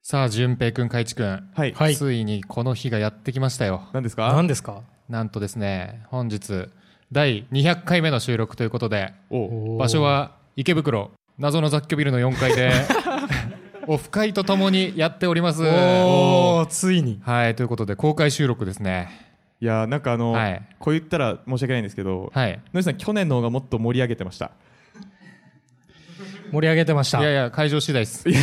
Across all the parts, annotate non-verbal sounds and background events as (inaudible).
さあ、淳平君、海地君、はいはいついにこの日がやってきましたよ。何ですか何ですかなんとですね、本日、第200回目の収録ということで、おう場所は池袋、謎の雑居ビルの4階 (laughs) で、オフ会とともにやっております。おおついにはい、ということで、公開収録ですね。いやーなんかあの、はいこう言ったら申し訳ないんですけど、はい。のりさん去年の方がもっと盛り上げてました盛り上げてましいたやいや、会場次第です。で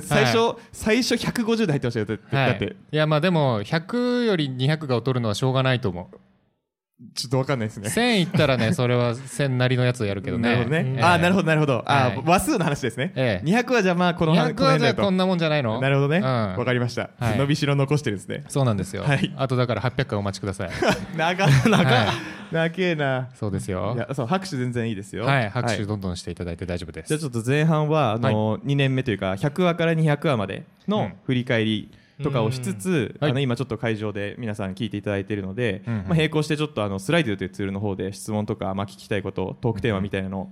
最初、最初150で入ってましたよだって,、はだってい、いや、まあでも、100より200が劣るのはしょうがないと思う。ちょっとわかんないですね1000いったらね、それは1000なりのやつをやるけどね。 (laughs) なるほどね、ええあーなるほどなるほど、あはいー話数の話ですね、ええ200はじゃあまあこの話200はじゃあこのこんなもんじゃないのなるほどねうんわ、かりました、はい伸びしろ残してるんですねそうなんですよ、はいあとだから800回お待ちく (laughs) ださい長っ長っは長えないそうですよいやそう拍手全然いいですよはい拍手どんどんしていただいて大丈夫です、じゃあちょっと前半はあの2年目というか100話から200話までうのん振り返りとかをしつつ、うんはいあの今ちょっと会場で皆さん聞いていただいているので、うんうんまあ、並行してちょっとあのスライドというツールの方で質問とか、まあ、聞きたいことトークテーマみたいなのを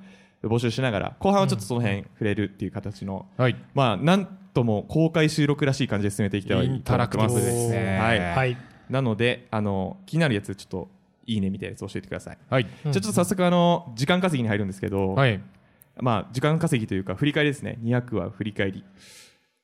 募集しながら後半はちょっとその辺触れるっていう形の、はいまあなんとも公開収録らしい感じで進めていきたいインタラクティとブ思でってますすねはいはいなのであの気になるやつちょっといいねみたいなやつ教えてください、はいじゃあちょっと早速あの時間稼ぎに入るんですけど、はいまあ時間稼ぎというか振り返りですね200は振り返り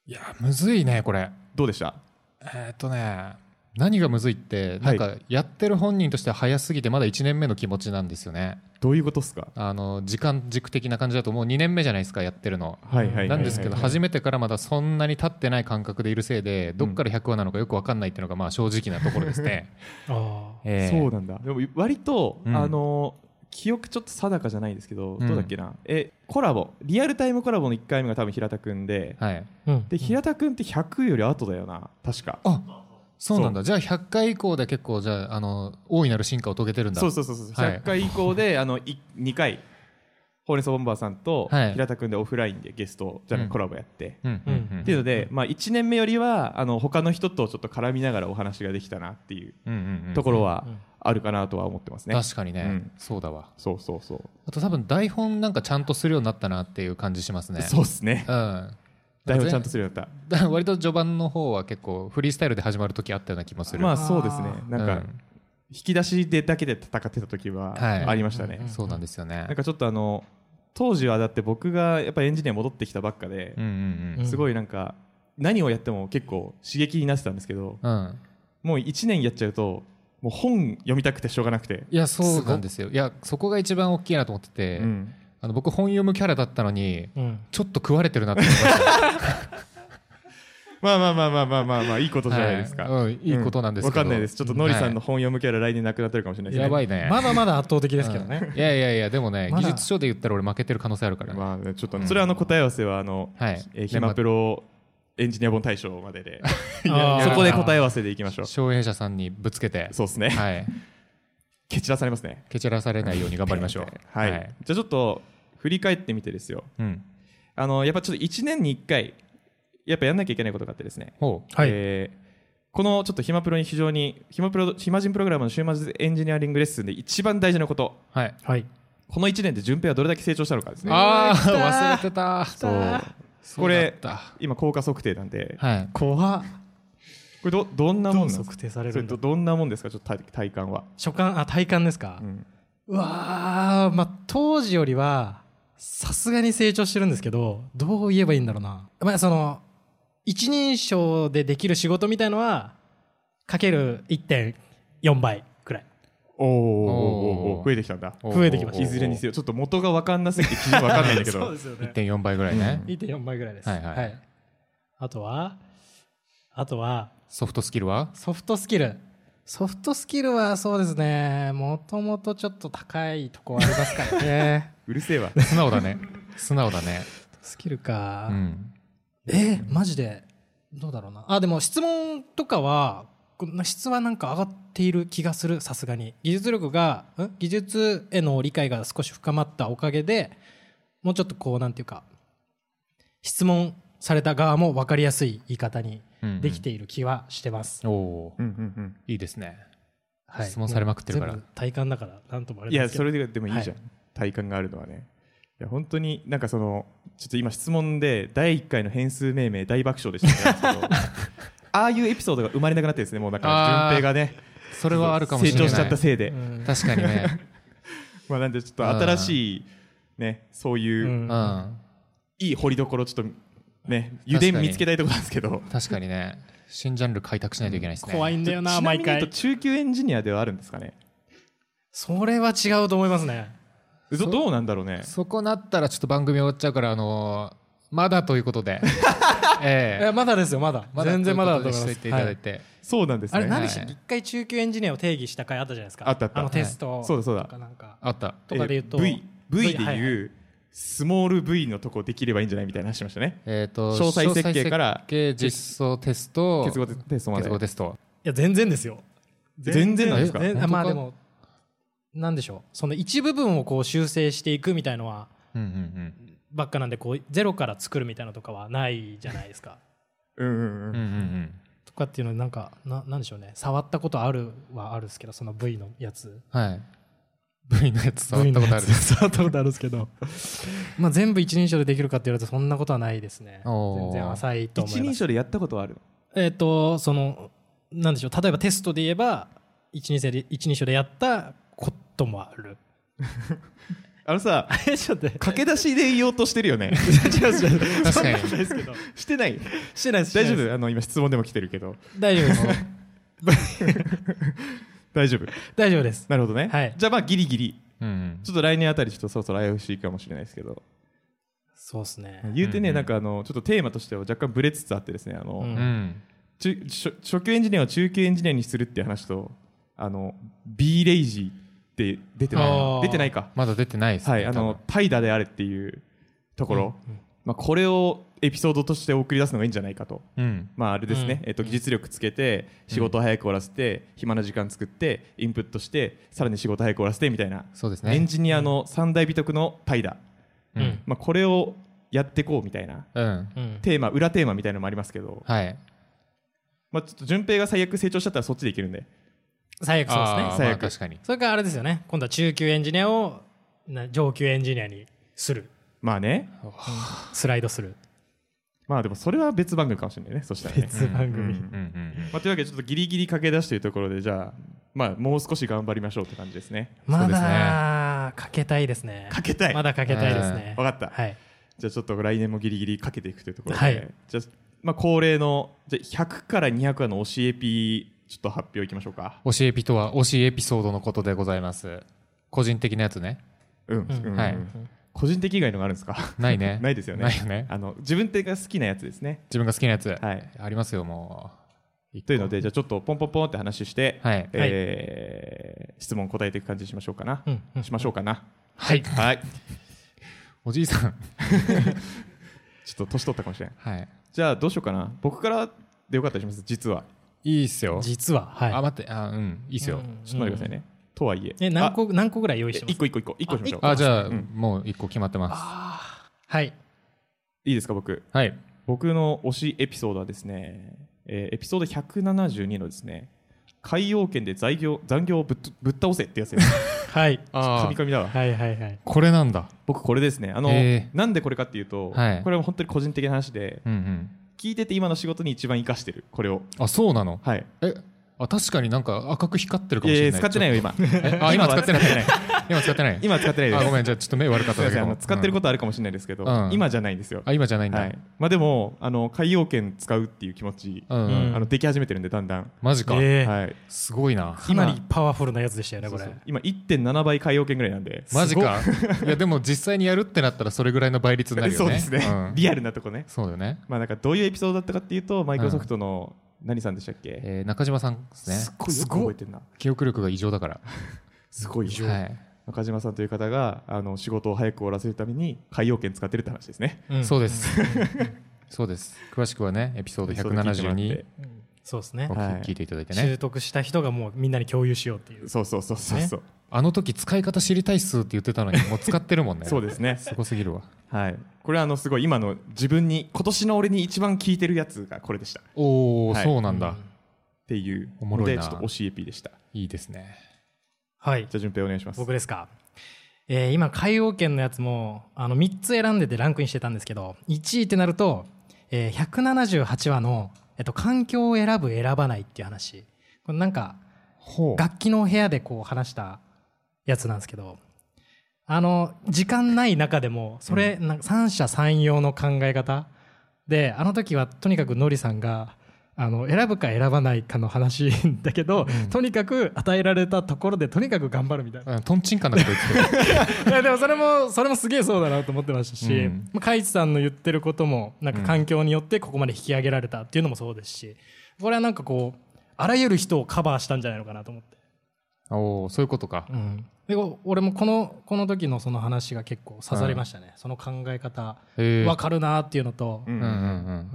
いやむずいねこれどうでしたえーっとね何がむずいってなんかやってる本人としては早すぎてまだ1年目の気持ちなんですよねどういうことですかあの時間軸的な感じだともう2年目じゃないですかやってるのはいはいはいはいなんですけど初めてからまだそんなに経ってない感覚でいるせいでどっから100話なのかよく分かんないっていうのがまあ正直なところです (laughs) ね、あーええそうなんだでも割と、うんあの記憶ちょっと定かじゃないですけど、うんどうだっけなえコラボリアルタイムコラボの1回目が多分平田くんで、はいうんで平田くんって100より後だよな確かあそうなんだじゃあ100回以降で結構じゃああの大いなる進化を遂げてるんだそうそうそうそうはい100回以降 (laughs) であのい2回ほうれん草ボンバーさんとはい平田くんでオフラインでゲストじゃなういんコラボやって、うんうんうんっていうので、まあ、1年目よりはあの他の人とちょっと絡みながらお話ができたなっていううんうんうんところはうんあるかなとは思ってますね。確かにね、うんそうだわそうそうそう。あと多分台本なんかちゃんとするようになったなっていう感じしますねそうっすね。うん台本ちゃんとするようになっだ割と序盤の方は結構フリースタイルで始まる時あったような気もすた。るまああーそうですね。なんうか引き出しでだけで戦ってた時ははいありましたね。そうなんですよねなんかちょっとあの当時はだって僕がやっぱエンジニア戻ってきたばっかでうん、うんんすごいなんか何をやっても結構刺激になってたんですけど、うんうんもう1年やっちゃうともう本読みたくてしょうがなくて。いやそうなんですよいやそこが一番大きいなと思ってて、うんあの僕本読むキャラだったのにうんちょっと食われてるなって思いました (laughs) まあまあまあまあまあまあまあいいことじゃないですか。はいうんいいことなんですけどわかんないです。ちょっとノリさんの本読むキャラ来年なくなってるかもしれないですね。やばいねまだまだ圧倒的ですけどねうんいやいやいやでもねまだ技術書で言ったら俺負けてる可能性あるからねまあね、ちょっと、うんそれはあの答え合わせはあの、はいえー、ひまプロエンジニア本大賞まででいやそこで答ええ合わせでいきましょう障害者さんにぶつけてそうですね、はい蹴散らされますね蹴散らされないように頑張りましょう (laughs) はい、じゃあちょっと振り返ってみてですようんあのやっぱちょっと1年に1回やっぱやんなきゃいけないことがあってですね、ほうはいえーこのちょっとひまプロに非常にひまプロひま人プログラムの週末エンジニアリングレッスンで一番大事なことはいはいこの1年で順平はどれだけ成長したのかですねああ忘れてたそうそうだった今効果測定なんで、はい怖っこれどどんなもんなどうんですか測定されそるれんだどどんなもんですかちょっと体体感は、所感あ体感ですかうんうわーまあ当時よりはさすがに成長してるんですけどどう言えばいいんだろうなまあその一人称でできる仕事みたいのはかける1.4倍くらいおーおーおーおおーー増えてきたんだ増えてきましたいずれにせよよちょっと元が分かんなすぎて基準分かんないんだけ (laughs) どすよ1.4倍ぐらいねうん1.4倍ぐらいですはいはいあとはあとはソフトスキルはソフトスキルソフトスキルはそうですねもともとちょっと高いとこありますから (laughs) ねうるせえわ素直だね素直だねスキルか、うんえマジでどうだろうなあでも質問とかはこんな質はなんか上がっている気がするさすがに技術力がん技術への理解が少し深まったおかげでもうちょっとこうなんていうか質問された側も分かりやすい言い方にうんうんできている気はしてます、おおー (laughs) うんうんいいですねはい質問されまくってるからもう全部体感だからなんともあうれんいなやんですけそどれででもいいじゃん、体感があるのはねいや本当になんかそのちょっと今質問で第1回の変数命名大爆笑でしたけどああいうエピソードが生まれなくなってですねもうだかあらー順平がねそれはあるかもしれない成長しちゃったせいで、うん確かにねまあなんでちょっと新しいねそういう、うんうんいい掘りどころちょっとねに油田見つけたいところなんですけど確かにね新ジャンル開拓しないといけないですね怖いんだよなちなみ毎に言うと回中級エンジニアではあるんですかねそれは違うと思いますねどどうなんだろうねそこなったらちょっと番組終わっちゃうからあのーまだということ (laughs) でえいえやまだですよまだ全然まだだでと思いしまとすいていただはいいてそうなんですねあれな何でんしたはっけい一回中級エンジニアを定義した回あったじゃないですかあったあったのテストそうだそうだとかなんかあったえとかで言うと V, v でいう、はいはいスモール V のとこできればいいんじゃないみたいな話しましたねえーと詳細設計から詳細設計実装テスト結合テストまで結合テストいや全然ですよ全然なんですか全然本当かまあでもなんでしょうその一部分をこう修正していくみたいのはうんうんうんばっかなんでこうゼロから作るみたいなのとかはないじゃないですかうんうんうんううんんうんとかっていうのなんかななんでしょうね触ったことあるはあるですけどその V のやつはい V のやつ触ったことある V のやつ (laughs) 触ったことあるんですけどまあ全部一人称でできるかって言われるとそんなことはないですねおー全然浅いと思一いま人す称でやったことはあるえっ、とそのなんでしょう例えばテストで言えば一人称で一人称でやったこともある (laughs) あのさえちょっと待って駆け出しで言おうとしてるよね (laughs) 違う (laughs) 違う違確うかにそんなことないですけどしてないしてないです大して丈ないです夫あの今質問でも来てるけど大丈夫です大丈夫 (laughs) 大丈夫ですなるほどね、はいじゃあまあギリギリうんうんちょっと来年あたりちょっとそろそろ IFC かもしれないですけどそうですね言うてね、うんうんなんかあのちょっとテーマとしては若干ブレつつあってですねあの、ううんん中初初級エンジニアを中級エンジニアにするっていう話とあの B レイジーって出てなあいー出てないか、まだ出てないですねはいあ多の分怠惰であれっていうところ、まあ、これをエピソードとして送り出すのがいいんじゃないかと。うんまああれですね、うんえっと技術力つけて仕事を早く終わらせて、暇な時間作ってインプットしてさらに仕事早く終わらせてみたいな、そうですエンねジニアの三大美徳の怠惰、ううんんまあ、これをやってこうみたいなうんうんテーマ裏テーマみたいなのもありますけど、はいまあ、ちょっと順平が最悪成長しちゃったらそっちでいけるんで最悪そうですあねー最ま悪あ確かにそれからあれですよね今度は中級エンジニアをな上級エンジニアにするまあねスライドするまあでもそれは別番組かもしれないねそしたらね別う番組、んうんうんまあ、というわけでちょっとギリギリ駆け出しというところでじゃあまあもう少し頑張りましょうって感じですねまだかけたいですねかけたいまだかけたいですね、わかった、はいじゃあちょっと来年もギリギリかけていくというところで、はいじゃあ、まあ、恒例のじゃあ100から200話の教え P ちょっと発表いきましょうか推しエピとは推しエピソードのことでございます個人的なやつねうん、うんうんうんはい個人的以外のがあるんですかないね (laughs) ないですよねないよねあの自分が好きなやつですね自分が好きなやつはいありますよもうというのでじゃあちょっとポンポンポンって話して、はいえー質問答えていく感じにしましょうかな、うんうんしましょうかな、はいはいおじいさんちょっと年取ったかもしれないはいじゃあどうしようかな僕からでよかったりします実はいいっすよ実ははいあ待ってあうんいいっすようんちょっと待ってくださいね、とはいええ何個何個ぐらい用あ意えしてま一す個一個一個一個しましょうああじゃあうんもう一個決まってまはいいいですか僕すはい僕の推しエピソードはですね、えーエピソード172のですね海洋圏で在業残業をぶっとぶっ倒せってやつで (laughs) すはいカミーカミだわはいはいはいこれなんだ僕これですねあの、へなんでこれかっていうと、はいこれは本当に個人的な話でうんうん聞いてて今の仕事に一番生かしてるこれをあそうなのはいえあ確かになんか赤く光ってるかいもやしいれやない使ってないよ今えあ今使ってない今今は使使ってない今使ってないですあごめんじゃあちょっと目悪かっすただいまけせんかあもの使ってるうこんとあるかもしれないですけど、うん今じゃないんですよ、あ今じゃないんはだいまあ、でもあの海洋圏使うっていう気持ち、うんうんあのでき始めてるんでだんだん、マジかえーはい、すごいなかなりパワフルなやつでしたよねそこうれそう今1.7倍海洋圏ぐらいなんで、マジかいやでも実際にやるってなったらそれぐらいの倍率になるよね (laughs) そうですね、んリアルなとこねそうだよねまあなんかどういうエピソードだったかっていうとマイクロソフトの何さんでしたっけ、えー中島さんですねすっごいよく覚えてるな記憶力が異常だからすごいよはい中島さんという方があの仕事を早く終わらせるために海洋圏使ってるって話ですねうんそうです。 (laughs) そうです。詳しくはね、エピソード172そうですねをはい聞いていただいてね。習得した人がもうみんなに共有しようっていうそうそうそうそうそう、あの時使い方知りたいっすって言ってたのに、もう使ってるもんね。そうですねすごすぎるわ。はいこれはあのすごい今の自分に今年の俺に一番聞いてるやつがこれでしたっおお、はいそうなんだ。ていうおもろいなのでちょっと推しエピでしたいいですね。はいじゃあ順平お願いします僕ですかえー今海王圏のやつもあの3つ選んでてランクインしてたんですけど1位ってなると、えー178話の、えっと「環境を選ぶ選ばない」っていう話これなんかほ楽器の部屋でこう話したやつなんですけどあの時間ない中でもそれなんか三者三様の考え方であの時はとにかくノリさんがあの選ぶか選ばないかの話だけど、とにかく与えられたところでとにかく頑張るみたいなううんとんちんかんなこと言ってるいやでもそれもそれもすげえそうだなと思ってましたし、うんまあ、海地さんの言ってることもなんか環境によってここまで引き上げられたっていうのもそうですしこれはなんかこうあらゆる人をカバーしたんじゃないのかなと思って。おおそういうことかうん、でお俺もこのこの時のその話が結構刺さりましたね、その考え方へえわかるなっていうのと、うんうんうんうん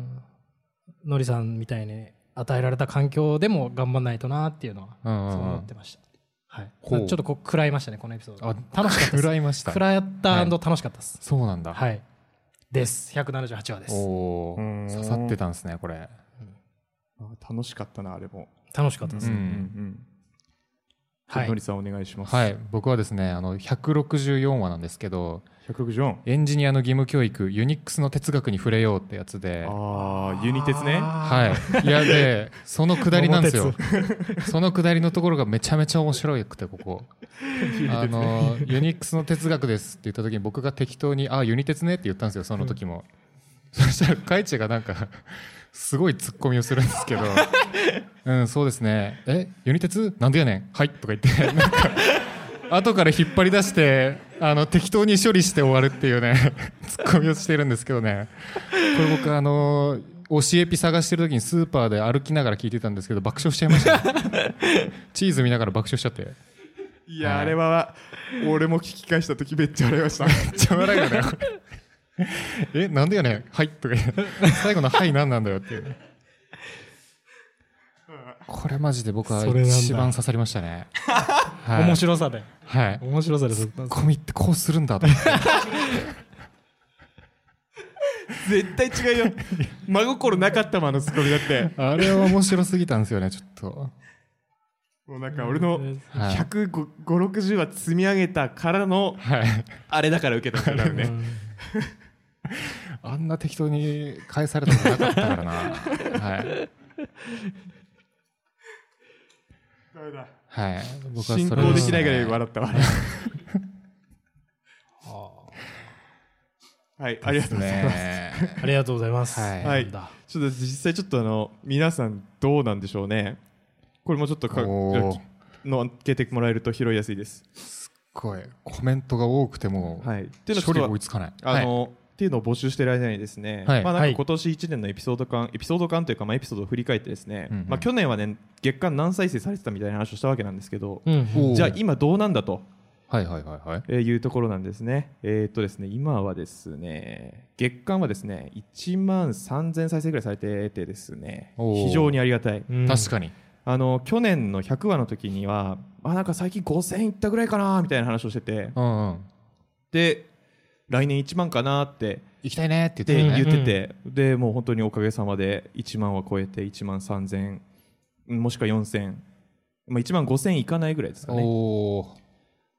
のりさんみたいに与えられた環境でも頑張んないとなっていうのはうんうんうんそう思ってました、はい、ほうちょっとこう食らいましたねこのエピソードあ楽しかった食ですらいました食らったはい楽しかったですそうなんだはい、です178話でおすおうーん刺さってたんですねこれあ楽しかったなあれも楽しかったです、うんはいのりさんお願いしますはい僕はですねあの164話なんですけど164エンジニアの義務教育ユニックスの哲学に触れようってやつでああユニテツねはいい、いやでその下りなんですよ桃その下りのところがめちゃめちゃ面白くてここあのユニックスの哲学ですって言った時に僕が適当に「あユニテツね」って言ったんですよその時も、そしたらカイチがなんかすごいツッコミをするんですけど「うんそうですねえユニテツなんでやねんはい」とか言ってなんか後から引っ張り出してあの適当に処理して終わるっていうねツッコミをしてるんですけどねこれ僕あの教えピ探してる時にスーパーで歩きながら聞いてたんですけど爆笑しちゃいましたね、 (laughs) チーズ見ながら爆笑しちゃってめっいやあれは俺も聞き返した時めっちゃ笑いま (laughs) したちゃ笑うよね (laughs) えなんでやねんはいとか言う最後の「はい何なんだよ」っていうねこれマジで僕はそれなんだ一番刺さりましたね、はい、面白さではい面白さでずっとコミってこうするんだと思って絶対違う (laughs) よ真心なかったもんあのツッコミだってあれは面白すぎたんですよねちょっともうなんか俺のはい15060は積み上げたからのはいあれだから受けたんだよねあんな適当に返されたことなかったからなはい (laughs) ダメだはい僕は進そ行れできないぐらい笑ったわはいありがとうございますね。ありがとうございます、はいはいなんだちょっと実際ちょっとあの皆さんどうなんでしょうねこれもちょっとかおーの受けてもらえると拾いやすいですこれコメントが多くても、はいっていうのはち処ょっと理が追いつかない。あの、っていうのを募集してる間にですね、はいまあ、なはんいか今年1年のエピソード感、エピソード感というか、まあ、エピソードを振り返ってですね、うんうんまあ、去年はね月間何再生されてたみたいな話をしたわけなんですけど、うんはいおーじゃあ今どうなんだとはいはいはいはい。えーいうところなんですね。えーっとですね、今はですね、月間はですね、1万3000再生ぐらいされててですね、おー非常にありがたい。うん確かに。あの、去年の100話の時には、あ、なんか最近5000いったぐらいかな、みたいな話をしてて、うんうん。で、来年1万かなって行きたいねってって言って言るっね。てて、でもう本当におかげさまで1万は超えて1万3000もしくは4000、まあ、1万5000いかないぐらいですかね、おお。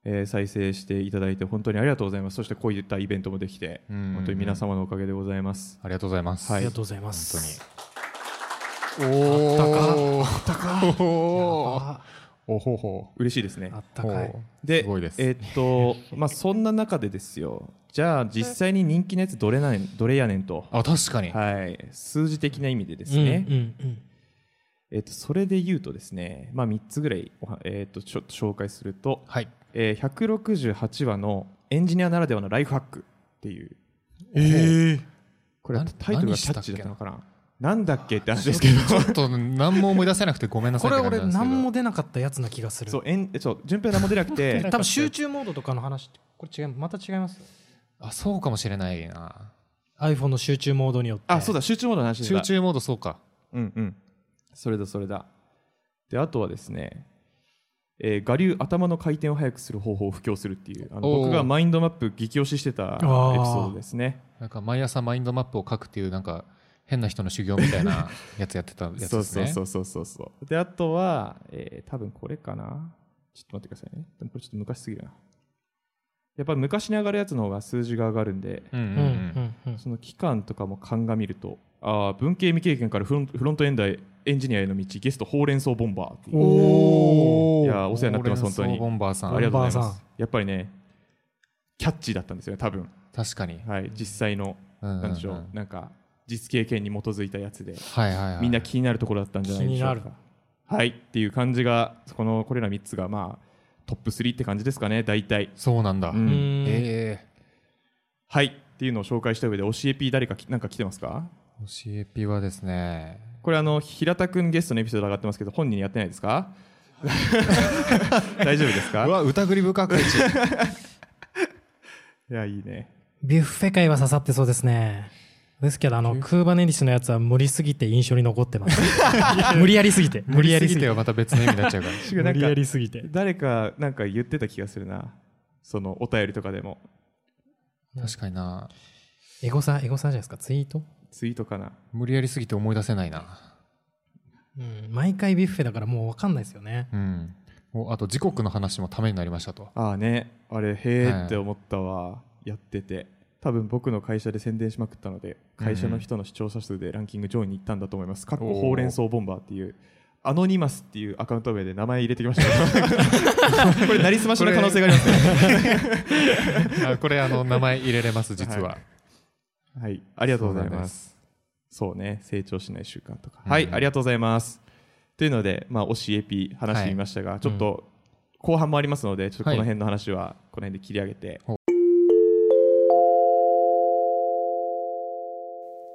えー再生していただいて本当にありがとうございますそしてこういったイベントもできてうんうんうん本当に皆様のおかげでございますありがとうございます。ありが本とうございます当に。おお。おお。あおほほ。嬉しいですねあったかいほですごいですえーっとまあそんな中でですよじゃあ実際に人気のやつどれなんどれやねんと、あ確かに。はい、数字的な意味でですね、うんうんうんえーっとそれで言うとですね、まあ、3つぐらいおは、えーっとちょっと紹介すると、はい。えー、168話のエンジニアならではのライフハックっていうええ。これはなタイトルが何キしたャっけッチーだったのかななんだっけって話です (laughs) けどちょっと何も思い出せなくてごめんなさこい。れ俺何も。も出なかったやつな気がするそうえんえそう順平何も出な (laughs) くて多分集中モードとかの話ってこれ違いまた違いますあそうかもしれないな。 iPhone の集中モードによってあそうだ集中モードの話集だ中モードそうか。うんうんそれだそれだであとはですねえー、我流頭の回転を速くする方法を布教するっていうあのおー僕がマインドマップ激推ししてたエピソードですねなんか毎朝マインドマップを書くっていうなんか変な人の修行みたい (laughs) なやつやってたやつですね。そうそうそうそうそうそうであとは、えー、多分これかなちょっと待ってくださいねでもこれちょっと昔すぎるなやっぱ昔に上がるやつの方が数字が上がるんで、うんううんんうんうんその期間とかも鑑みると、ああ、文系未経験からフロンフロントエンダーエンジニアへの道、ゲスト、ほうれん草ボンバーっていうおおいやーお世話になってます本当にボンバーさあんりがとうございボンバまーさす。やっぱりね、キャッチーだったんですよね、多分確かに、はい、実際の、うんなんでしょう、なんか、実経験に基づいたやつで、はいはい、はい、みんな気になるところだったんじゃないでしょう気になか。はい、っていう感じが、このこれら3つが、まあ、トップ3って感じですかね、大体。そうなんだ、うんうんえはいっていうのを紹介した上で、教え P 誰かきなんか来てますかえー、CAP はですねこれあの平田君ゲストのエピソード上がってますけど本人やってないですか (laughs) 大丈夫ですうかわ疑り深 (laughs) くいやいいねビュッフェ界は刺さってそうですね。ですけど、あの、クーバネディスのやつは無理すぎて印象に残っ (laughs) てます。無理やりすぎて。無理やりすぎてて。はまた別の意味になっちゃうからて無理やりすぎて。誰かなんか言ってた気がするなそのお便りとかでも (laughs) 確かになエゴサ、エゴサじゃないですか、ツイートツイートかな無理やりすぎて思い出せないなうん。毎回ビュッフェだからもうわかんないですよね。うんもうあと時刻の話もためになりましたとああねあれへえって思ったわ、やってて多分僕の会社で宣伝しまくったので会社の人の視聴者数でランキング上位に行ったんだと思います、かっこほうれん草ボンバーっていうアノニマスっていうアカウント名で名前入れてきました (laughs) これなりすましの可能性がありますねあこれあの名前入れれます実は、ははい、ありがとうございます。そうね、成長しない習慣とか。はい、うんありがとうございます。というので、まあ、教え P 話してみましたが、ちょっと後半もありますので、ちょっとこの辺の話はこの辺で切り上げて、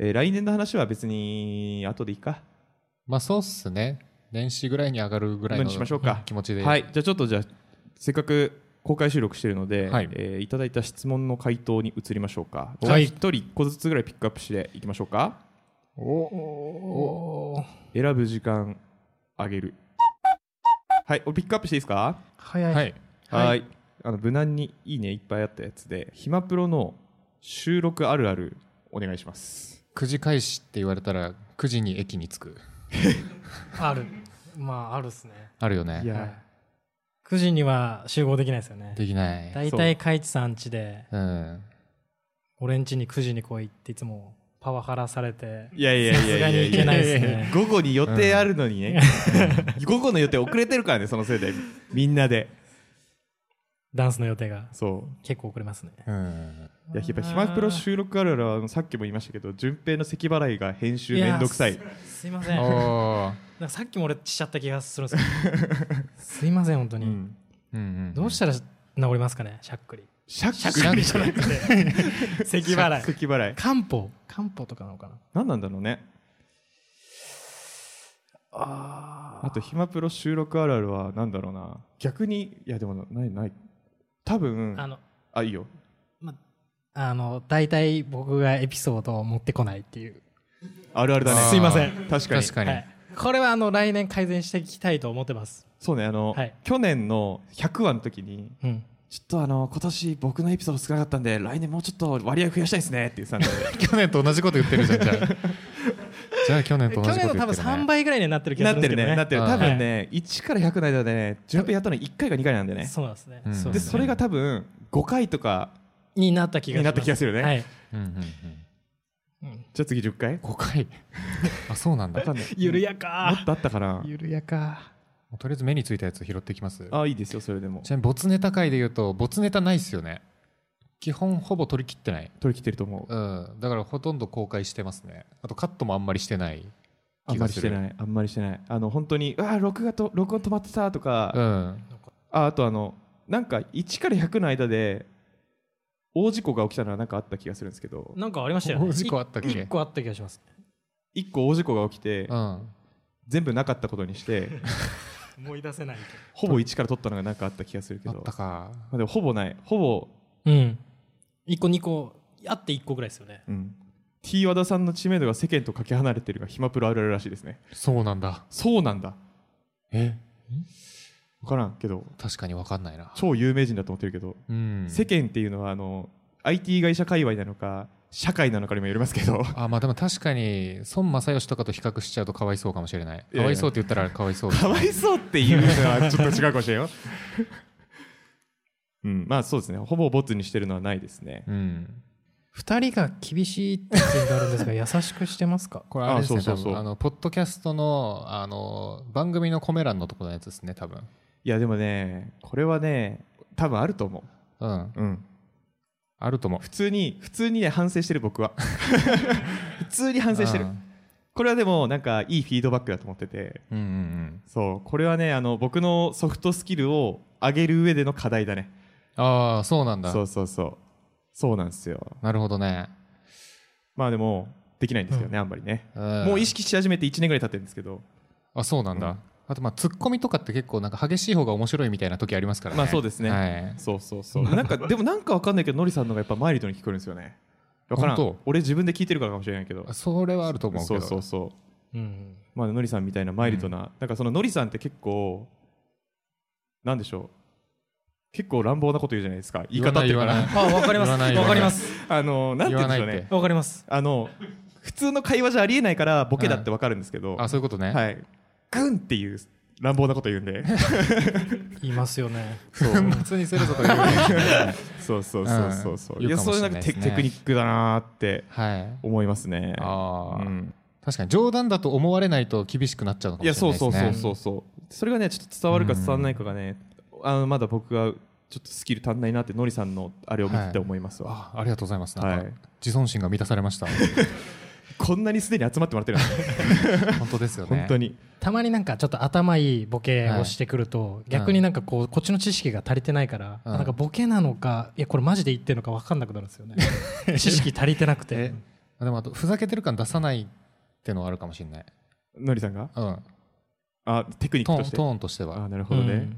えー来年の話は別に後でいいか。まあそうっすね年始ぐらいに上がるぐらい何のにしましょうか気持ちでははい、じゃあちょっとじゃあ、せっかく公開収録してるので、はいいえーいただいた質問の回答に移りましょうか。じゃあはい一人一個ずつぐらいピックアップしていきましょうか。お選ぶ時間あげる。はい、おピックアップしていいですか早はいはい、はあの無難にいいねいっぱいあったやつで「ひまプロ」の収録あるあるお願いします9時開始って言われたら9時に駅に着くある。まあ、あるっすね。あるよねいや9時には集合できないですよね。できない大体、カイチさん家で、うん俺ん家に9時に来いっていつもパワハラされて、いやいやいやいやさすがにいけないですねやや午後に予定あるのにね、 (laughs) 午後の予定遅れてるからねそのせいでみんなでダンスの予定がそう結構遅れますね。うんいややっぱ「ひまプロ」収録あるあるはあのさっきも言いましたけど順平の咳払いが編集めんどくさいやす。すいません。おなーんかさっきも俺しちゃった気がするんですけど。すいません、本当うに。んうんうんどうしたら治りますかね、しゃっくり。シャしゃっッくクりじゃなくて、咳払い。咳払い漢方漢方とかなのかな (laughs) 何なんだろうねああと、ひまプロ収録あるあるは、なんだろうな。逆に、いや、でも、ない、ない。多分、ああ、の、いいよ。あの、大体僕がエピソードを持ってこないっていう。あるあるだね。すいません。確かに。確かに、はい、これはあの来年改善していきたいと思ってます。そうね、あの、はい去年の100話の時に、うん、ちょっとあの、今年僕のエピソード少なかったんで、来年もうちょっと割合増やしたいですねって言ってたんで、去年と同じこと言ってるじゃんじゃあじゃあ去年と去同じこと年の言多っ分てる、ね、 3倍ぐらいにはなってる気がなするってるんですけどね。ね、なってる。うん多分ね、1から100の間でね、順平やったの1回が2回なんだよね。そうなんですね。うんそうで、ですそねれが多分、5回とか、になった気がしますになった気がするよねはい。うんうんうんうんじゃあ次10回5回あそうなんだわか (laughs) んない。緩やもかっとあったかなー。。緩やかもうとりあえず目についたやつ拾ってきますあ、いいですよ、それでもち。なみにボツネタ界で言うとボツネタないっすよね基本ほぼ取り切ってない取り切ってると思う。うんだからほとんど公開してますねあとカットもあんまりしてないあん気まがりしすてるない、あんまりしてない。あの本当に、うわー、録画と録音止まってたとか、うんああとあの、なんか1から100の間で、大事故が起きたのはなんかあった気がするんですけど、なんかありましたよね。大事故あったっけ1個あった気がします。 1個大事故が起きてう、ん (laughs) 全部なかったことにして、思い出せないほぼ1から取ったのが何かあった気がするけあどったかまあ、でもほぼないほぼ、けどうん1個2個あって1個ぐらいですよねうん、T 和田さんの知名度が世間とかけ離れてるがヒマプロあるあるらしいですねそうなんだそうなんだえ分からんけど確かに分かんないな超有名人だと思ってるけど、うん世間っていうのはあの IT 会社界隈なのか社会なのかにもよりますけど (laughs) あまあでも確かに孫正義とかと比較しちゃうとかわいそうかもしれないいかやわいそうって言ったらかわいそう (laughs) ですかわいそうっていうのはちょっと違うかもし (laughs) れんようんまあそうですねほぼボツにしてるのはないですねうん2人が厳しいって意見があるんですが優しくしてますかこれあれですねあそうそうそう多分あのポッドキャストのあの番組のコメ欄のところのやつですね多分いやでもねこれはね多分あると思うんううんあると思う普通に普通にね反省してる僕は (laughs) 普通に反省してるうんこれはでもなんかいいフィードバックだと思っててうんうんそうこれはねあの僕のソフトスキルを上げる上での課題だねうんああそうなんだそうそうそうそうなんですよなるほどね、まあでもできないんですけどね、あんまりね、うんもう意識し始めて1年ぐらい経ってるんですけど、あそうなんだ、うんあとまあツッコミとかって結構なんか激しい方が面白いみたいな時ありますからねまあそうですねはいそうそう (laughs) そうなんかでもなんかわかんないけどノリさんの方がやっぱマイルドに聞こえるんですよねわからん本当俺自分で聞いてるからかもしれないけどあそれはあると思うけそどうそうそううんまあ、のりさんみたいなマイルドな、なんかそののりさんって結構なんでしょう結構乱暴なこと言うじゃないですか言い方っていう言わかない言わなあ分かります言わない分かりますあのなんて言うんでしょ言わうないってね分かりますあの普通の会話じゃありえないからボケだってわかるんですけど、あそういうことね、はいグンっていう乱暴なこと言うんで言いますよね (laughs) そう別にセルとか言うより (laughs) そうそうそうそうそう、うんい言やうかもそれしなれんなかいでテ,、すねテクニックだなーってはい思いますねああ、うん確かに冗談だと思われないと厳しくなっちゃうのかいもやしれそなういですそねうそうそうそうそれがねちょっと伝わるか伝わらないかがね、あのまだ僕がちょっとスキル足んないなってのりさんのあれを見てて思いますわ、あありがとうございますなんか、はい自尊心が満たされま (laughs) したこんなにすでに集まってもらっ (laughs) てるんだね本当ですよね本当にたまになんかちょっと頭いいボケをしてくると、逆になんかこうこっちの知識が足りてないから、うんなんかボケなのかいやこれマジで言ってるのか分かんなくなるんです (laughs) よね知識足りてなくてあでもあとふざけてる感出さないってのはあるかもしれない、のりさんがうん、あテクニットークとンしてトーンとしてはあなるほどね、うん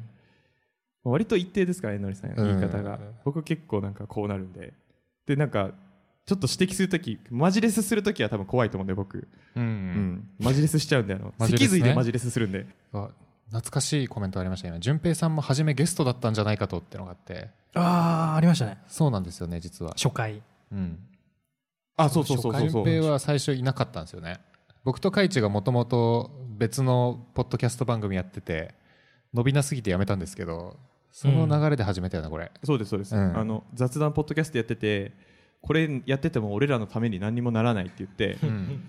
割と一定ですからねのりさんうん言い方が、僕結構なんかこうなるんででなんかちょっと指摘するときマジレスするときは多分怖いと思うんで僕、うん、うんマジレスしちゃうんで (laughs) あの、マジレスね脊髄でマジレスするんであ懐かしいコメントありましたけど順平さんも初めゲストだったんじゃないかとってのがあってああありましたねそうなんですよね実は、初回うん、あそうそうそうそうそう順平は最初いなかったんですよね僕と海地がもともと別のポッドキャスト番組やってて伸びなすぎてやめたんですけどその流れで始めたよなこれ、そうですそうです、うんあの雑談ポッドキャストやっててこれやってても俺らのために何にもならないって (laughs) 言ってうん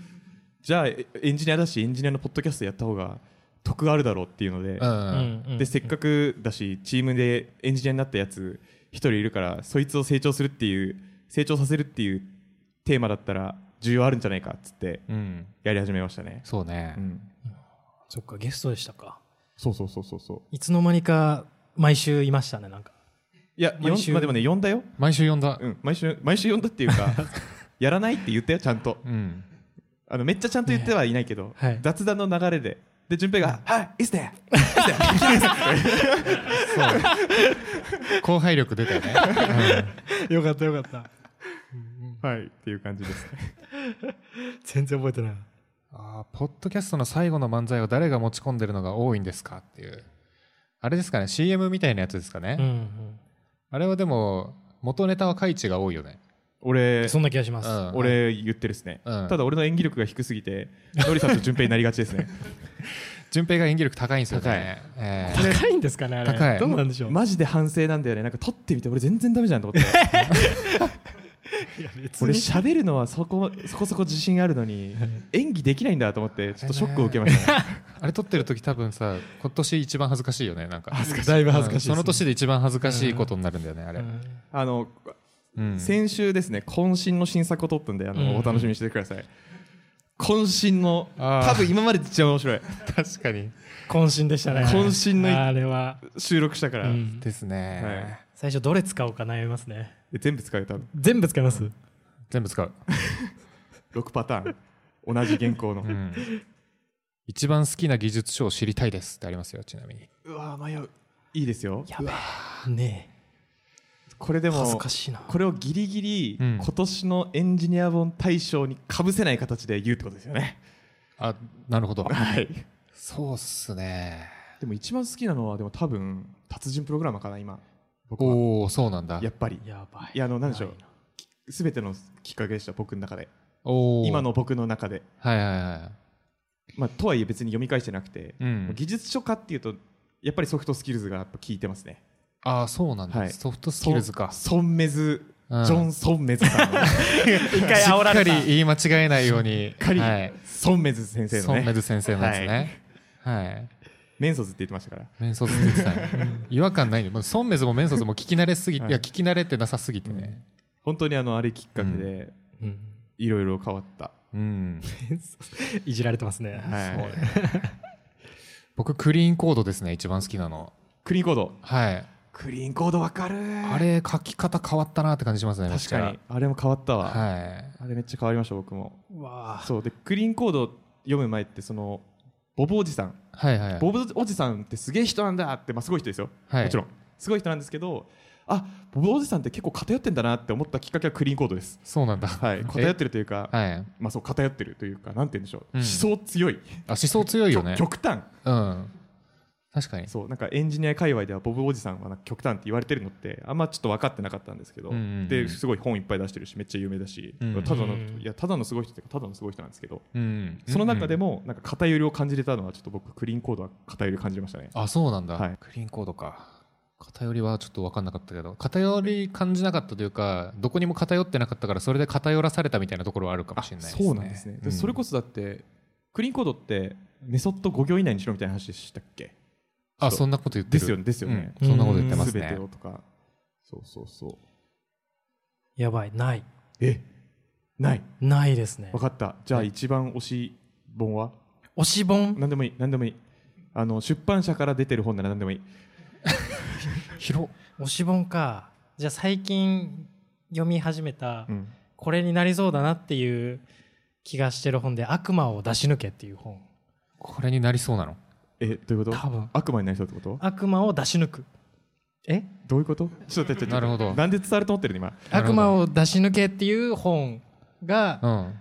じゃあえエンジニアだしエンジニアのポッドキャストやった方が得あるだろうっていうの (laughs) で,、うんでせっかくだしチームでエンジニアになったやつ一人いるからそいつを成長するっていう成長させるっていうテーマだったら需要あるんじゃないかっつってうんやり始めましたね、そうね、うん、そっかゲストでしたかそうそうそうそうそういつの間にか毎週いましたねなんかいや毎週よんまあでもね呼んだよ、毎週呼んだうん、毎週毎週呼んだっていうかやらないって言ったよちゃんとうん、あのめっちゃちゃんと言ってはいないけど、はい雑談の流れで。で、順平が、はい、いいっすねいいっすね後輩力出たよね、 (laughs) よかったよかったはい、っていう感じですね。全然覚えてないあーポッドキャストの最後の漫才を誰が持ち込んでるのが多いんですかっていうあれですかね CM みたいなやつですかね、うん、うんあれはでも元ネタは海地が多いよね、俺、そんな気がします、うん俺言ってるっすね。うんただ、俺の演技力が低すぎて、のりさんと順平になりがちですね。順平が演技力高いんですよねえー高いんですかねあれ高いどうなんでしょう、マジで反省なんだよね。なんか撮ってみて、俺全然ダメじゃんと思って。いや別俺に喋るのはそこそこそこ自信あるのに、演技できないんだと思って、ちょっとショックを受けました、ね。あれ撮ってる時多分さ今年一番恥ずかしいよねなんかだいぶ恥うんずかしいですね、その年で一番恥ずかしいことになるんだよねあれ、あの、うん先週ですね、渾身の新作を撮ったんで、あの、うんお楽しみにしてください。渾身の、あー多分今までで一番面白い。確かに渾身でしたね渾身の一あれは、収録したから、うんですね、はい最初どれ使おうか悩みますねえ全部使えた全部使います全部使う、 6パターン同じ原稿の、うん一番好きな技術書を知りたいですってありますよちなみにうわ迷ういいですよやべえねこれでえ恥ずもかしいなこれをギリギリうん今年のエンジニア本大賞にかぶせない形で言うってことですよね、あなるほどはいそうっすねでも一番好きなのはでも多分達人プログラマーかな今僕はおおそうなんだやっぱりやばいいやあのなんでしょうないな全てのきっかけでした僕の中でおー今の僕の中ではいはいはまあとはいえ別に読み返してなくて、いうん技術書かっていうとやっぱりソフトスキルズがやっぱ効いてますねああそうなんだ、はいソフトスキルズかソンメズ、うんジョン・ソンメズさ (laughs) んの一回しっ煽らかれりた言い間違えないようにしっかりはい、ソンメズ先生のソンメねズ先生のやつねはい、メンソズって言ってましたから面相って言ってたね違和感ないよもうソンメズも面相も聞き慣れすぎて、、はいいや聞き慣れてなさすぎてね本当にあのあれきっかけでうんいろいろ変わった、うん、いじられてますね、はいそう僕クリーンコードですね一番好きなのクリーンコードはいクリーンコードわかるあれ書き方変わったなって感じしますねめっ確ちゃかにあれも変わったわ、はあれめっちゃ変わりました僕もうわそうでクリーンコード読む前ってそのボブおじさんい、はいはいボブおじさんってすげえ人なんだって、まあ、すごい人ですよ、はいもちろんすごい人なんですけどあボブおじさんって結構偏ってんだなって思ったきっかけはクリーンコードです、そうなんだはい、偏ってるというか、えはいまあ、そう偏ってるというかなんて言うんでしょう、うん思想強いあ思想強いよね極端うん確かにそうなんかエンジニア界隈ではボブおじさんはなんか極端って言われてるのってあんまちょっと分かってなかったんですけど、うんうんうんですごい本いっぱい出してるしめっちゃ有名だし、うんただのうんいやただのすごい人っていうかただのすごい人なんですけどうんその中でも、もなんか偏りを感じれたのはちょっと僕クリーンコードは偏りを感じましたねあそうなんだ、はいクリーンコードか偏りはちょっと分かんなかったけど偏り感じなかったというかどこにも偏ってなかったからそれで偏らされたみたいなところはあるかもしれないですねそうなんですね、でそれこそそだってクリーンコードってメソッド5行以内にしろみたいな話でしたっけあそんなこと言ってでるすよねですよね、うんそんなこと言ってます全ねてをとかそうそうそうやばいないえないないですね分かったじゃあはい一番推し本は推し本何でもいい何でもいいあの出版社から出てる本なら何でもいい広っ推し本かじゃあ最近読み始めた、うんこれになりそうだなっていう気がしてる本で「悪魔を出し抜け」っていう本これになりそうなのえどういうこと多分悪魔になりそうってこと悪魔を出し抜くえどういうことちょっと待ってちょっと待ってなるほどなんで伝わると思ってるの今なるほ悪ど魔を出し抜けっていう本がうん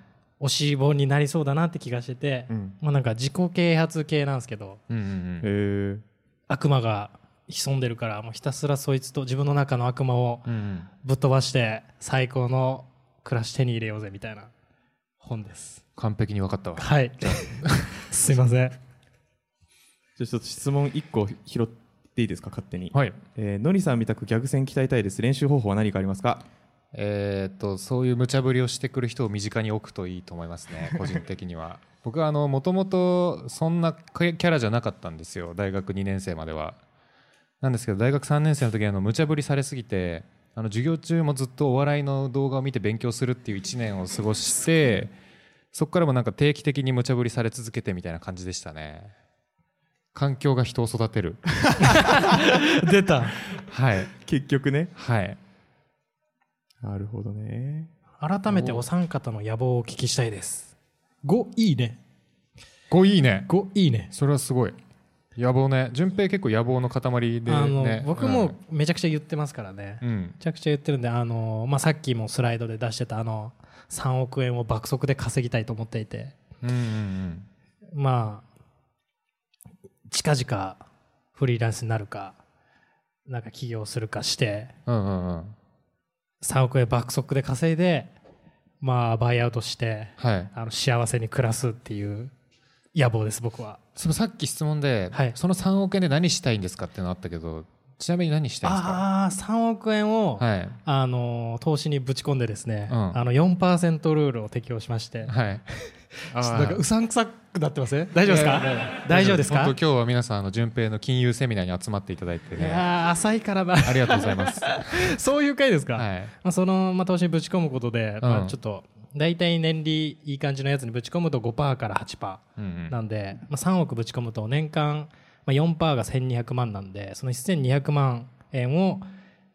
推し本になりそうだなって気がしてて、うんまあなんか自己啓発系なんですけどうんうんえー、悪魔が潜んでるからもうひたすらそいつと自分の中の悪魔をうんうんぶっ飛ばして最高の暮らし手に入れようぜみたいな本です完璧に分かったわはい (laughs) すいませんじゃあちょっと質問1個拾っていいですか勝手にはいえー、のりさんみたく逆線鍛えたいです練習方法は何かありますかえーっとそういう無茶ぶりをしてくる人を身近に置くといいと思いますね個人的には僕はもともとそんなキャキャラじゃなかったんですよ大学2年生まではなんですけど大学3年生の時にあの無茶ぶりされすぎてあの授業中もずっとお笑いの動画を見て勉強するっていう1年を過ごしてそこからもなんか定期的に無茶ぶりされ続けてみたいな感じでしたね環境が人を育てる出たはい結局ねはいなるほどね改めてお三方の野望をお聞きしたいです5いいね5いいね5いいねそれはすごい野望ね順平結構野望の塊であのね僕もめちゃくちゃ言ってますからね、うん、うんめちゃくちゃ言ってるんであの、まあ、さっきもスライドで出してたあの3億円を爆速で稼ぎたいと思っていてうんうんまあ近々フリーランスになるかなんか起業するかしてうんうんうんうん3億円爆速で稼いでまあバイアウトしてはいあの幸せに暮らすっていう野望です僕はそのさっき質問で、はいその3億円で何したいんですかってのあったけどちなみに何したいんですかああ3億円を、はいあの投資にぶち込んでですね、うんあの4%ルールを適用しまして、 (laughs) はいあーなんかうさんくさくなってません大丈夫ですいやいやかいや大丈夫ですか本当今日は皆さんあの順平の金融セミナーに集まっていただいていねやー浅いからなありがとうございます、は (laughs) そういう回ですか、い、まあ、その、まあ、投資にぶち込むことで、うまんあ、ちょっと大体年利いい感じのやつにぶち込むと5%から8%うんうんなんで、まあ、3億ぶち込むと年間、まあ、4%が1200万なんでその1200万円を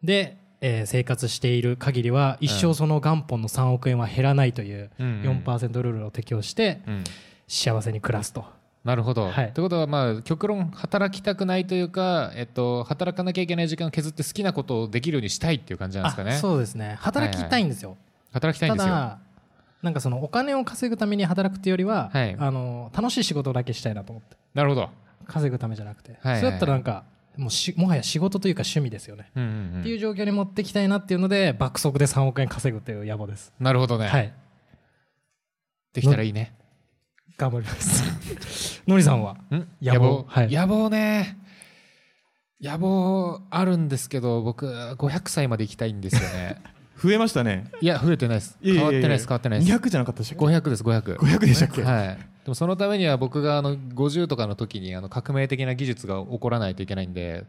で、えー生活している限りは一生その元本の3億円は減らないといううんうん4%ルールを適用してうん幸せに暮らすとなるほど。はいということは、まあ、極論、働きたくないというか、えっと、働かなきゃいけない時間を削って好きなことをできるようにしたいっていう感じなんですかね。あそうですね働きたいんですよ、働きたいんですたよ。だなんかそのお金を稼ぐために働くっていうよりは、はいあの楽しい仕事だけしたいなと思ってなるほど。稼ぐためじゃなくて、いはいそうやったらなんかもうしもはや仕事というか趣味ですよね、うんうんうんっていう状況に持ってきたいなっていうので爆速で3億円稼ぐという野望です、なるほどね、はいできたらいいね。頑張ります (laughs) のりさんはん野野望望、はい野望ね。野望あるんですけど、僕、500歳まで行きたいんですよ (laughs) ね。増えましたねいや、増えてないです。いやい変やわっいやてないです、変わってないです。 200じゃなかったでしたっ500です、500。け500でしたっけ、はい、でもそのためには僕があの50とかの時にあの革命的な技術が起こらないといけないんで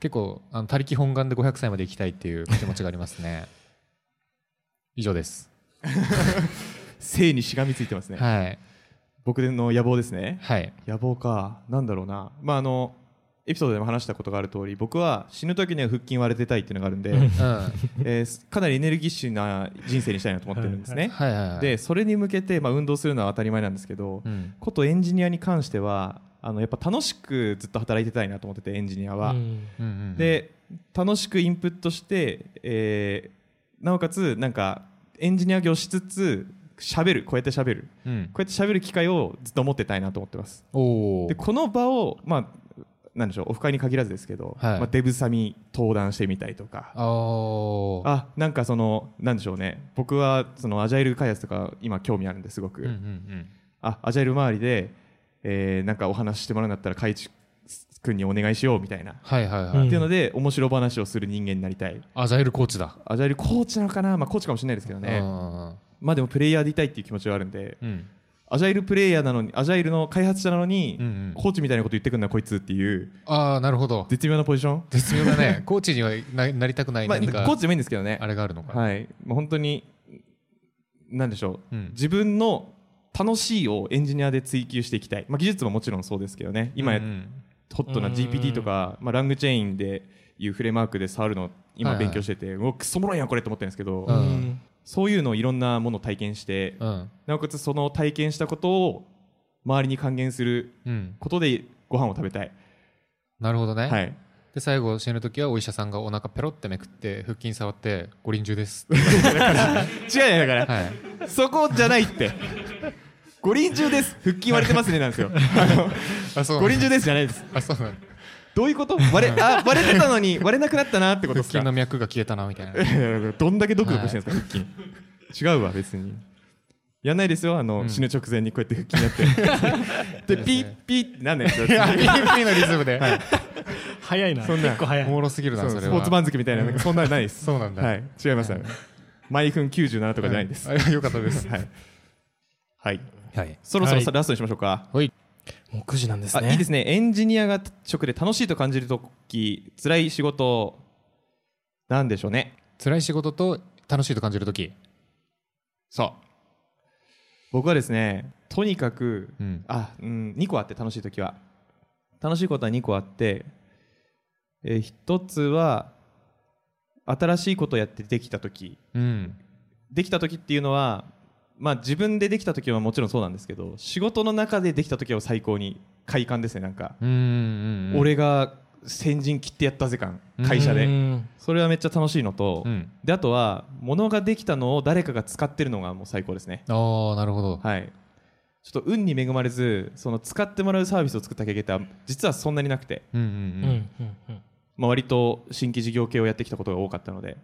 結構あの他力本願で500歳まで生きたいっていう気持ちがありますね (laughs) 以上です性にしがみついてますね、はい僕の野望ですねはい野望かなんだろうなまああのエピソードでも話したことがある通り僕は死ぬ時には腹筋割れてたいっていうのがあるんで、 (laughs) うんうんはいえーかなりエネルギッシュな人生にしたいなと思ってるんですね、はいはいでそれに向けて、まあ、運動するのは当たり前なんですけど、うんことエンジニアに関してはあのやっぱ楽しくずっと働いてたいなと思っててエンジニアは、うんうんうんで楽しくインプットして、えーなおかつなんかエンジニア業しつつ喋るこうやって喋るうんこうやって喋る機会をずっと持ってたいなと思ってますおおでこの場をまあなんでしょうオフ会に限らずですけど、はいまあ、デブサミ登壇してみたいとかあーあなんかそのなんでしょうね僕はそのアジャイル開発とか今興味あるんですごく、うんうんうんあアジャイル周りで、えーなんかお話ししてもらうんだったら海地君にお願いしようみたいな、はいはいはい、うんっていうので面白話をする人間になりたいアジャイルコーチだ、アジャイルコーチなのかな、まあ、コーチかもしれないですけどね、うんまあでもプレイヤーでいたいっていう気持ちはあるんでうんアジャイルプレイヤーなのにアジャイルの開発者なのに、うんうんコーチみたいなこと言ってくんなこいつっていうああなるほど絶妙なポジション、絶妙だ (laughs) ねコーチにはななりたくないまあ、何かコーチでもいいんですけどねあれがあるのかな、はい、まあ、本当になんでしょう、うん自分の楽しいをエンジニアで追求していきたい、まあ、技術ももちろんそうですけどね今やうんうんホットなうん GPT とか、まあ、ラングチェインでいうフレームワークで触るの今はいはい勉強してて、うわクソもろいやんこれと思ってるんですけど、うんそういうのをいろんなものを体験して、うんなおかつその体験したことを周りに還元するうんことでご飯を食べたい、なるほどね、はい、で最後死ぬ時はお医者さんがお腹ペロってめくって腹筋触って「ご臨終 (laughs) です」違うよだから、はい、そこじゃな (laughs) いって五輪中です腹筋割れてますねなんですよあのあそう五輪中ですじゃないですあそうなんだどういうこと割れあ割れてたのに割れなくなったなってこ腹とですか筋の脈が消えたなみたい (laughs) などんだけドクドクしてんですか、腹筋違うわ別にやんないですよあの、うん死ぬ直前にこうやって腹筋やってでピッピッってなんないですよピーピーのリズムで、早いなそんな結構早おいもろすぎるそなうスそれはポーツ番付みたいななんかそんなのないですそうなんだ、はい違います毎分97とかじゃないです、あよかった (laughs) ですはい、はい、はいそろそろさはラストにしましょうかもう9時なんですあねいいですねエンジニアが職で楽しいと感じるとき辛い仕事なんでしょうね辛い仕事と楽しいと感じる時そう僕はですねとにかくうんあ、うん、2個あって楽しい時は楽しいことは2個あって、えー、1つは新しいことをやってできた時うんできた時っていうのはまあ自分でできた時はもちろんそうなんですけど仕事の中でできた時は最高に快感ですねなんか、うんうんうん俺が先陣切ってやったぜ感うん会社で、うんそれはめっちゃ楽しいのと、うんであとは物ができたのを誰かが使ってるのがもう最高ですねああなるほど、はい、ちょっと運に恵まれずその使ってもらうサービスを作った経験って実はそんなになくて、うんううんんううんんうんまあ、割と新規事業系をやってきたことが多かったので、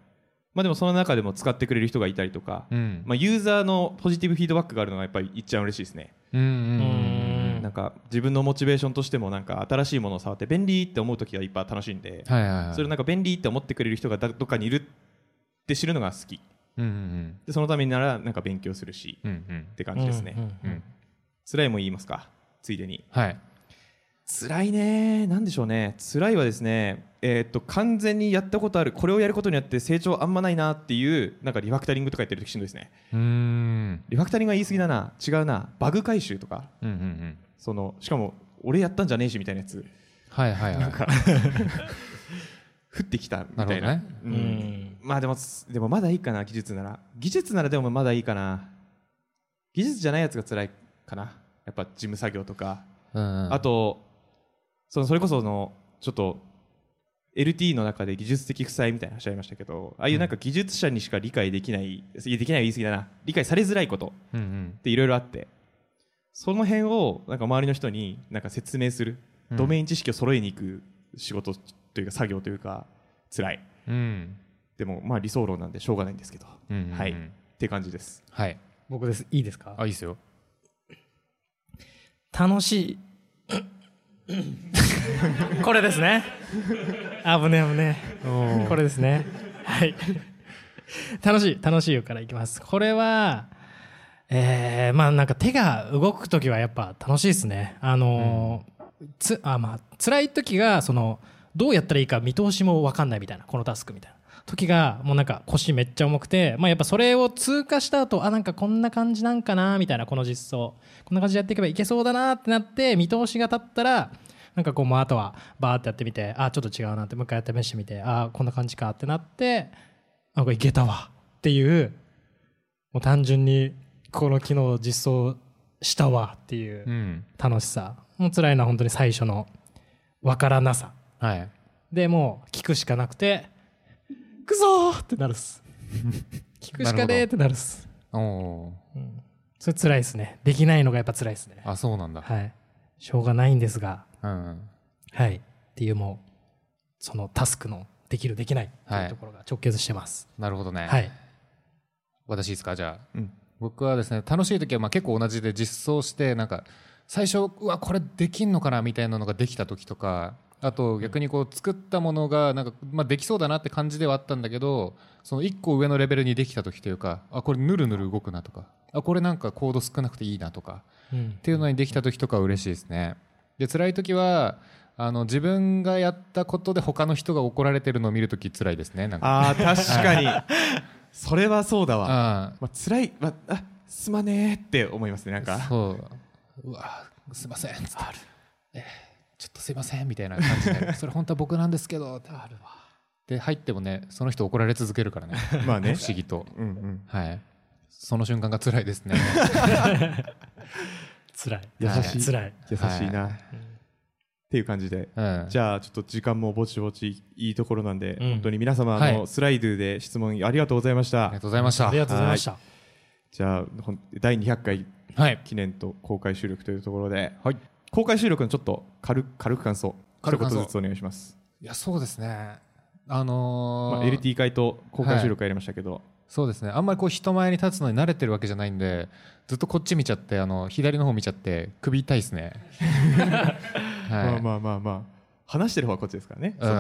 まあ、でもその中でも使ってくれる人がいたりとか、うんまあ、ユーザーのポジティブフィードバックがあるのがやっぱり一番嬉しいですね、うんうんうんうんなんか自分のモチベーションとしてもなんか新しいものを触って便利って思う時がいっぱい楽しいんで、はいはいはいそれをなんか便利って思ってくれる人がどっかにいるって知るのが好きうんうんでそのためにならなんか勉強するしうんうんって感じですね、うんうん辛いも言いますかついでにはい辛いねなんでしょうね辛いはですねえーっと完全にやったことあるこれをやることによって成長あんまないなっていうなんかリファクタリングとかやってるとしんどいですねうーんリファクタリングは言い過ぎだな違うなバグ回収とかうんうんうんそのしかも俺やったんじゃねえしみたいなやつはいはいはいなんか降ってきたみたいななるほううんんまあでもでもまだいいかな技術なら技術ならでもまだいいかな技術じゃないやつが辛いかなやっぱ事務作業とかうんうんあとそのそれこそそのちょっと LT の中で技術的負債みたいな話ありましたけどああいうなんか技術者にしか理解できない、いやできないは言い過ぎだな理解されづらいことうんうんっていろいろあってその辺をなんか周りの人になんか説明する、うんドメイン知識を揃えに行く仕事というか作業というか辛いうんでもまあ理想論なんでしょうがないんですけど、うんうんうんはいって感じですはい僕ですいいですかあいいですよ楽しいこれですね危ね危ねこれですねはい楽しい楽しいよからいきますこれはえー、まあなんか手が動く時はやっぱ楽しいですねあのーつあまあ辛い時がそのどうやったらいいか見通しも分かんないみたいなこのタスクみたいな時がもうなんか腰めっちゃ重くて、まあ、やっぱそれを通過した後あなんかこんな感じなんかなみたいなこの実装こんな感じでやっていけばいけそうだなってなって見通しが立ったらなんかこうもうあとはバーってやってみてあちょっと違うなってもう一回試してみてあこんな感じかってなってあこれいけたわっていうもう単純にこの機能を実装したわっていう。うん楽しさもう辛いのは本当に最初の分からなさはいでもう聞くしかなくて「くぞ!」ってなるっす聞くしかねえってなるっすおおそれ辛いっすねできないのがやっぱ辛いっすねーあそうなんだ、はいしょうがないんですがうんうんはいっていうもうそのタスクのできるできないってはいういところが直結してますなるほどね、はい私ですかじゃあうん僕はですね楽しい時はまあ結構同じで実装してなんか最初うわこれできんのかなみたいなのができた時とかあと逆にこう作ったものがなんか、まあ、できそうだなって感じではあったんだけどその1個上のレベルにできた時というかあこれぬるぬる動くなとかあこれなんかコード少なくていいなとかうんっていうのにできた時とかは嬉しいですねで辛い時はあの自分がやったことで他の人が怒られてるのを見る時辛いですねなんかあー確 (laughs) かにそれはそうだわあまあ辛い、まあ、あすまねえって思いますねなんかそううわすいませんつってえーちょっとすいませんみたいな感じでそれ本当は僕なんですけどあるわで入ってもねその人怒られ続けるからねまあね不思議とうんうんはいその瞬間が辛いですね辛い優しい辛い優しいな、っていう感じで (laughs) うんじゃあちょっと時間もぼちぼちいいところなんで、うん本当に皆様、はいあのスライドゥで質問ありがとうございましあたりがとうございましたありがとうございましたじゃあほん第200回はい記念と公開収録というところで、公開収録のちょっと軽く軽く感想軽く感想一言ずつお願いします、いやそうですねあまのあ、ー LT 会と公開収録やりましたけど、そうですねあんまりこう人前に立つのに慣れてるわけじゃないんでずっとこっち見ちゃってあの左の方見ちゃって首痛いですね、はい、まあまあまあまあ話してる方はこっちですからね、その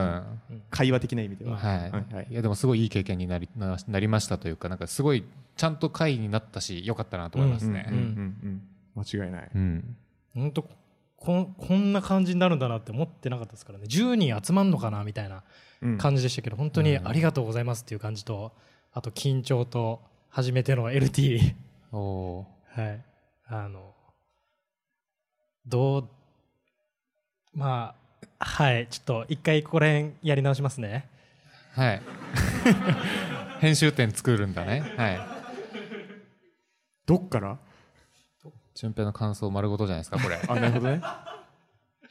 うん会話的な意味では、はい、はいはいい、やでもすごいいい経験になりななりましたというかなんかすごいちゃんと会になったし良かったなと思いますね、うんうんうんうん間違いない、うん本当こんこんな感じになるんだなって思ってなかったですからね10人集まんのかなみたいなうん感じでしたけど本当にありがとうございますっていう感じとあと緊張と初めての LT おー (laughs) はいあのどうまあはいちょっと一回ここら辺やり直しますねはい (laughs) 編集点作るんだねはいどっから順平の感想丸ごとじゃないですかこれあなるほ (laughs) どね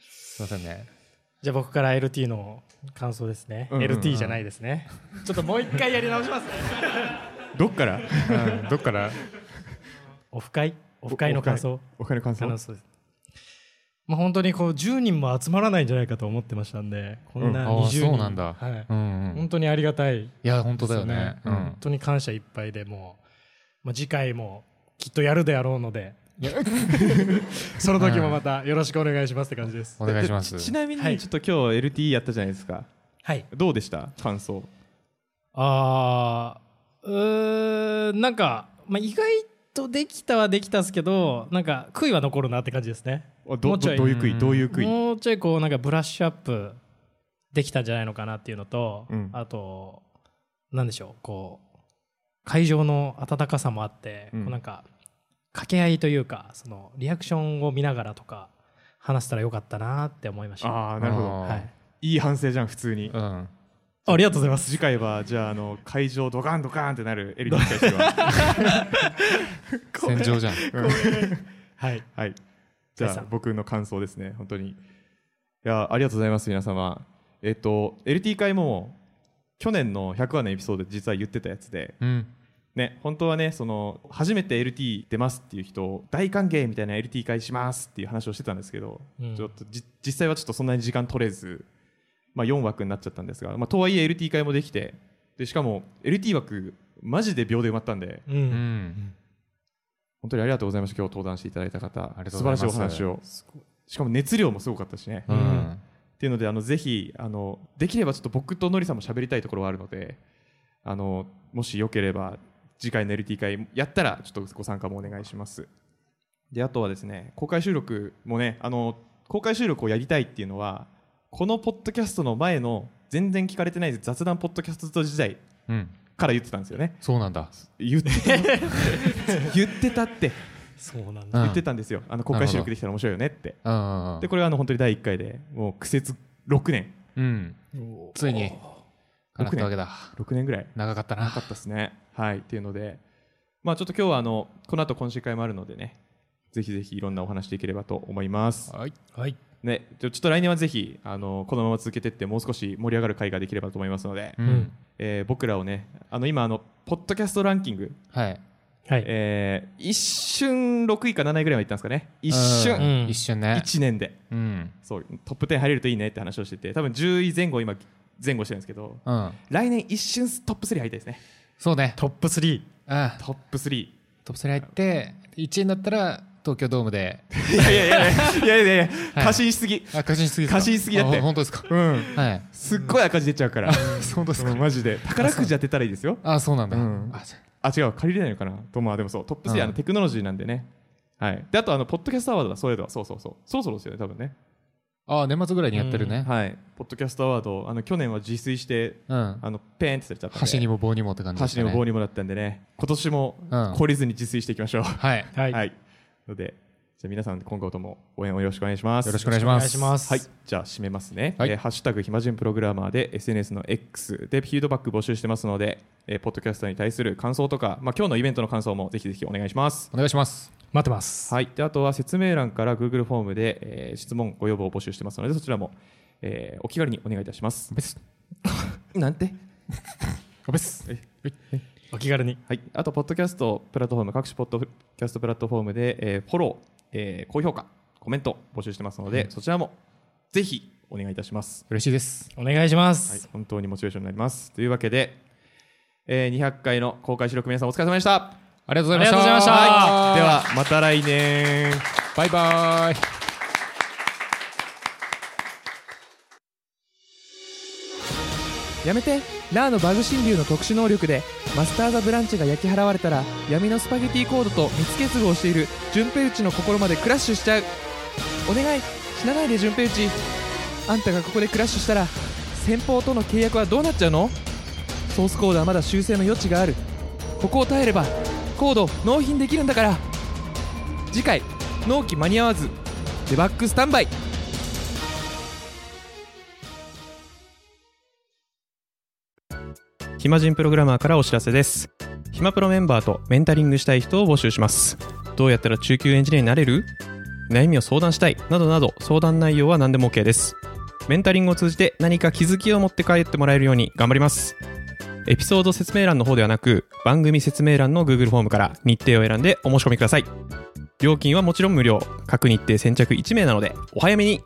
すいませんねじゃあ僕から LT の感想ですね、うんうんうん LT じゃないですねちょっともう一回やり直しますねどっからう (laughs) んどっからオフ会オフ会の感想お金の感想あのそうですまあ、本当にこう10人も集まらないんじゃないかと思ってましたんでこんなうんあー20人、そうなんだはいうん、うん、本い当にありがたいや本当ですだよよねねう本ん当に感謝いっぱいでもう、まあ、次回もきっとやるであろうの (laughs) でその時もまたよろしくお願いしますって感じですお願いしますでちちなみはにいちょっと今日 LT やったじゃないですか、はいどうでした感想あーうーんなんか、まあ、意外とできたはできたっすけどなんか悔いは残るなって感じですねあもどうちょどいどういう悔いどういう悔いもうちょいこうなんかブラッシュアップできたんじゃないのかなっていうのと、うんあとなんでしょうこう会場の温かさもあって、うんこうなんか掛け合いというかそのリアクションを見ながらとか話したらよかったなって思いましたはああなるほどあーい、いい反省じゃん普通にうんありがとうございます次回はじゃああの会場ドカンドカンってなる LT に (laughs) 対しては戦場じゃんはいはいじ解ゃあ散僕の感想ですね本当にいやありがとうございます皆様えっと LT 会も去年の100話のエピソードで実は言ってたやつでうんね本当はねその初めて LT 出ますっていう人を大歓迎みたいな LT 会しますっていう話をしてたんですけど、うんちょっとじ実際はちょっとそんなに時間取れず、まあ、4枠になっちゃったんですが、まあ、とはいえ LT 会もできてでしかも LT 枠マジで秒で埋まったんでううんん本当にありがとうございました今日登壇していただいた方ありがと素う晴ごらざしいいますお話をすごいしかも熱量もすごかったしね、ううんんっていうのであのぜひあのできればちょっと僕とのりさんも喋りたいところはあるのであのもしよければ次回の LT 会やったらちょっとご参加もお願いしますであとはですね公開収録もねあの公開収録をやりたいっていうのはこのポッドキャストの前の全然聞かれてない雑談ポッドキャスト時代うんから言ってたんです (laughs) よねそうなんだ言って言ってたってそうなんうだん言ってたんですよあの公開収録できたら面白いよねってうんでこれはあの本当に第1回でもう苦節6年うんついに叶ったわけだ6年ぐらい長かったななかったですね。はい、っていうので、まあ、ちょっと今日はあのこの後懇親会もあるのでね、ぜひぜひいろんなお話できればと思います。はいはいね、ちょちょっと来年はぜひあのこのまま続けていって、もう少し盛り上がる会ができればと思いますので、うんえー僕らをね、あの今あの、ポッドキャストランキング、はいはいえー一瞬6位か7位ぐらいまでいったんですかね、う一瞬、ん一瞬ね1年でうんそう、トップ10入れるといいねって話をしてて、多分10位前後、今、前後してるんですけど、うん来年一瞬トップ3入りたいですね、そうねトップ3うんトップ3。トップ3入って1位になったら東京ドームでいやい (laughs) やいやいやいやいやはい過信しすぎあ過信しすぎですか過信しすぎだってあ本当ですかうんはいすっごい赤字出ちゃうからそうですうんマジで宝くじ当てたらいいですよあそうなんだうんあじゃあ違う借りれないのかなとまあでもそうトップ3、うんあのテクノロジーなんでねはいであとあのポッドキャストアワードだそういうのはそうそうそうそろそろですよね多分ねああ年末ぐらいにやってるねはいポッドキャストアワードあの去年は自炊してうんあのペーンってされちゃったんで箸にも棒にもって感じでし箸たにねも棒にもだったんでね今年もうん懲りずに自炊していきましょう、はいははいのでじゃあ皆さん今後とも応援をよろしくお願いしますよろしくお願いしますはい、じゃあ締めますね。はいえーハッシュタグ暇人プログラマーで SNS の X でフィードバック募集してますので、えーポッドキャストに対する感想とか、まあ、今日のイベントの感想もぜひぜひお願いします。お願いします待ってますはい、であとは説明欄から Google フォームで、えー質問、ご要望を募集してますので、そちらも、えーお気軽にお願いいたします。なんておべっすお気軽にはい、あと、ポッドキャストプラットフォーム、各種ポッドキャストプラットフォームで、えーフォロー、えー高評価、コメント募集してますので、そちらもぜひお願いいたします。嬉しいですお願いしまはいす、本当にモチベーションになります。というわけで、えー200回の公開収録、皆さんお疲れ様でした。ありがとうございましたありがとうございましたはい、では、また来年。バイバイやめてラーのバグ神竜の特殊能力でマスター・ザ・ブランチが焼き払われたら闇のスパゲティコードと密結合している順平内の心までクラッシュしちゃうお願い死なないで順平内あんたがここでクラッシュしたら先方との契約はどうなっちゃうのソースコードはまだ修正の余地があるここを耐えればコードを納品できるんだから次回納期間に合わずデバッグスタンバイ暇人プログラマーからお知らせです暇プロメンバーとメンタリングしたい人を募集しますどうやったら中級エンジニアになれる悩みを相談したいなどなど相談内容は何でも OK ですメンタリングを通じて何か気づきを持って帰ってもらえるように頑張りますエピソード説明欄の方ではなく番組説明欄の Google フォームから日程を選んでお申し込みください料金はもちろん無料各日程先着1名なのでお早めに